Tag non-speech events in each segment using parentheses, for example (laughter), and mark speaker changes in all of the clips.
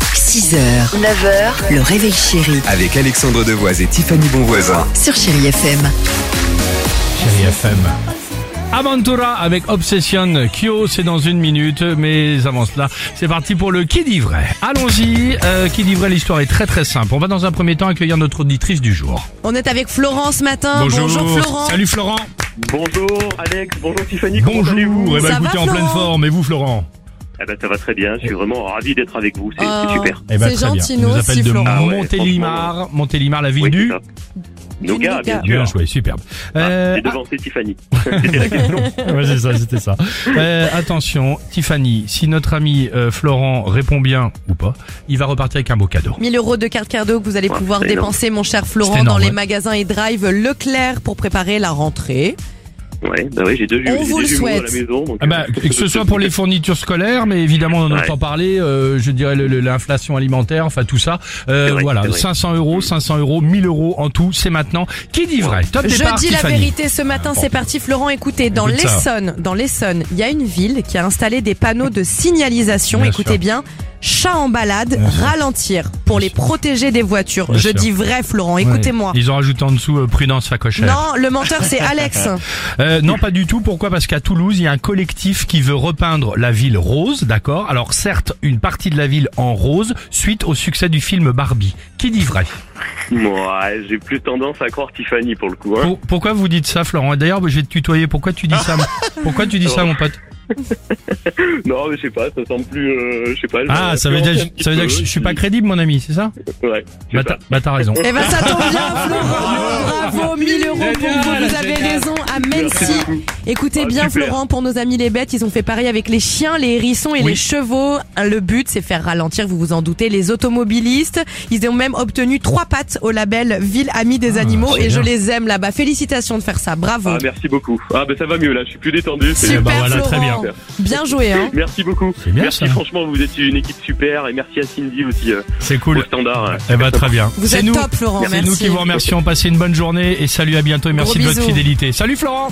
Speaker 1: 6h, 9h, le réveil chéri
Speaker 2: Avec Alexandre Devoise et Tiffany Bonvoisin.
Speaker 1: sur Chéri FM.
Speaker 3: Chérie FM. Aventura avec Obsession Kyo, c'est dans une minute, mais avant cela, c'est parti pour le qui dit vrai. Allons-y, euh, qui dit vrai, l'histoire est très très simple. On va dans un premier temps accueillir notre auditrice du jour.
Speaker 4: On est avec Florent ce matin. Ah, Florent.
Speaker 3: Salut Florent.
Speaker 5: Bonjour Alex, bonjour Tiffany, comment allez-vous
Speaker 3: Eh ben,
Speaker 4: Ça
Speaker 3: écoutez,
Speaker 4: va,
Speaker 3: en pleine
Speaker 4: Florent
Speaker 3: forme, et vous Florent
Speaker 5: Eh ben, Ça va très bien, je suis vraiment ravi d'être avec vous, c'est
Speaker 4: Ah.
Speaker 5: c'est super.
Speaker 3: eh ben,
Speaker 4: C'est
Speaker 3: très bien.
Speaker 4: gentil,
Speaker 3: Il nous
Speaker 4: nous
Speaker 3: appelle
Speaker 4: aussi,
Speaker 3: de
Speaker 4: Florent.
Speaker 5: Ah ouais,
Speaker 3: Montélimar, Montélimar, la ville
Speaker 5: Oui, c'est
Speaker 3: du...
Speaker 5: ça. Nougat,
Speaker 4: Nougat.
Speaker 5: bien sûr.
Speaker 3: Bien joué, superbe.
Speaker 5: Ah,
Speaker 3: Euh,
Speaker 5: J'ai devancé Tiffany. C'était la question.
Speaker 3: (laughs) Ouais, c'est ça, c'était ça. Euh, attention, Tiffany, si notre ami euh, Florent répond bien ou pas, il va repartir avec un beau cadeau.
Speaker 4: 1000 euros de carte cadeau que vous allez
Speaker 5: Ouais,
Speaker 4: pouvoir
Speaker 5: c'est énorme.
Speaker 4: dépenser, mon cher
Speaker 3: C'est
Speaker 4: Florent,
Speaker 3: énorme,
Speaker 4: dans les
Speaker 3: ouais.
Speaker 4: magasins et drive Leclerc pour préparer la rentrée.
Speaker 5: Ouais, bah oui, j'ai deux, ju-
Speaker 4: On
Speaker 5: j'ai
Speaker 4: vous
Speaker 5: deux
Speaker 4: le
Speaker 5: jumeaux à la
Speaker 4: souhaite.
Speaker 5: maison. donc,
Speaker 3: Ah bah,
Speaker 5: euh,
Speaker 3: que ce soit pour
Speaker 5: (laughs)
Speaker 3: les fournitures scolaires, mais évidemment on en
Speaker 5: Ouais.
Speaker 3: entend parler, euh, je dirais le- le- l'inflation alimentaire, enfin tout ça. Euh,
Speaker 5: C'est vrai,
Speaker 3: voilà,
Speaker 5: c'est vrai.
Speaker 3: 500 euros, 500 euros, 1000 euros en tout, c'est maintenant. Qui dit vrai Top
Speaker 4: Je
Speaker 3: départ,
Speaker 4: dis la
Speaker 3: Tiffany.
Speaker 4: vérité ce matin,
Speaker 3: bon.
Speaker 4: c'est parti Florent, écoutez, dans
Speaker 3: Écoute ça.
Speaker 4: l'Essonne, dans l'Essonne, il y a une ville qui a installé des panneaux de signalisation,
Speaker 3: Bien
Speaker 4: écoutez
Speaker 3: sûr.
Speaker 4: bien, chat en balade,
Speaker 3: Bien sûr.
Speaker 4: ralentir pour
Speaker 3: Bien
Speaker 4: les
Speaker 3: sûr.
Speaker 4: protéger des voitures.
Speaker 3: Bien
Speaker 4: Je
Speaker 3: sûr.
Speaker 4: dis vrai Florent, écoutez-moi.
Speaker 3: Ils ont rajouté en dessous euh, prudence facochère.
Speaker 4: Non, le menteur
Speaker 3: (laughs)
Speaker 4: c'est Alex.
Speaker 3: Euh, non, pas du tout. Pourquoi Parce qu'à Toulouse, il y a un collectif qui veut repeindre la ville rose, d'accord Alors certes, une partie de la ville en rose suite au succès du film Barbie. Qui dit vrai
Speaker 5: Ouais, j'ai plus tendance à croire Tiffany pour le coup. hein.
Speaker 3: Pour- Pourquoi vous dites ça, Florent Et D'ailleurs, je vais te tutoyer. Pourquoi tu dis ça
Speaker 5: (laughs)
Speaker 3: mon- Pourquoi tu dis ça, mon pote
Speaker 5: Non, mais je sais pas, ça semble plus. euh, je sais pas. je
Speaker 3: Ah,
Speaker 5: me
Speaker 3: ça veut dire,
Speaker 5: réfléchis un petit
Speaker 3: ça veut dire
Speaker 5: peu,
Speaker 3: que je, je suis
Speaker 5: puis-
Speaker 3: pas crédible, mon ami, c'est ça
Speaker 5: Ouais. je sais
Speaker 3: Bah
Speaker 5: pas.
Speaker 3: t'as bah, t'as raison.
Speaker 4: Eh ben ça tombe
Speaker 3: (laughs)
Speaker 4: bien Florent, bravo, 1000 euros pour
Speaker 3: Génial,
Speaker 4: vous, vous avez
Speaker 3: génial.
Speaker 4: raison, à Mency. Écoutez
Speaker 5: Ah,
Speaker 4: bien
Speaker 5: super.
Speaker 4: Florent, pour nos amis les bêtes, ils ont fait pareil avec les chiens, les hérissons et
Speaker 3: Oui.
Speaker 4: les chevaux. Le but c'est faire ralentir, vous vous en doutez, les automobilistes. Ils ont même obtenu trois pattes au label Ville Amie des
Speaker 3: Ah,
Speaker 4: Animaux
Speaker 3: c'est
Speaker 4: et je
Speaker 3: bien.
Speaker 4: les aime là-bas. Félicitations de faire ça, bravo.
Speaker 5: Ah, merci beaucoup. Ah, bah ça va mieux là, je suis plus détendu. c'est-
Speaker 3: Eh
Speaker 4: Super
Speaker 3: ben voilà, très
Speaker 4: Florent,
Speaker 3: bien.
Speaker 4: joué hein.
Speaker 5: Merci beaucoup.
Speaker 3: C'est bien,
Speaker 5: merci,
Speaker 3: ça.
Speaker 5: franchement, vous êtes une équipe super et merci à Cindy aussi euh,
Speaker 3: C'est
Speaker 5: au
Speaker 3: cool.
Speaker 5: standard.
Speaker 3: Eh ben très bien.
Speaker 4: Vous
Speaker 3: C'est
Speaker 4: êtes
Speaker 3: nous.
Speaker 4: top Florent,
Speaker 3: C'est
Speaker 4: merci.
Speaker 3: nous qui vous remercions. Passez une bonne journée et salut à bientôt et merci de votre
Speaker 4: bisous.
Speaker 3: fidélité. Salut Florent.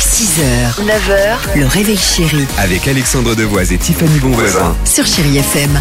Speaker 1: 6h, 9h, le réveil chéri
Speaker 2: Avec Alexandre Devoise et Tiffany Bonvoisin.
Speaker 1: sur Chéri FM.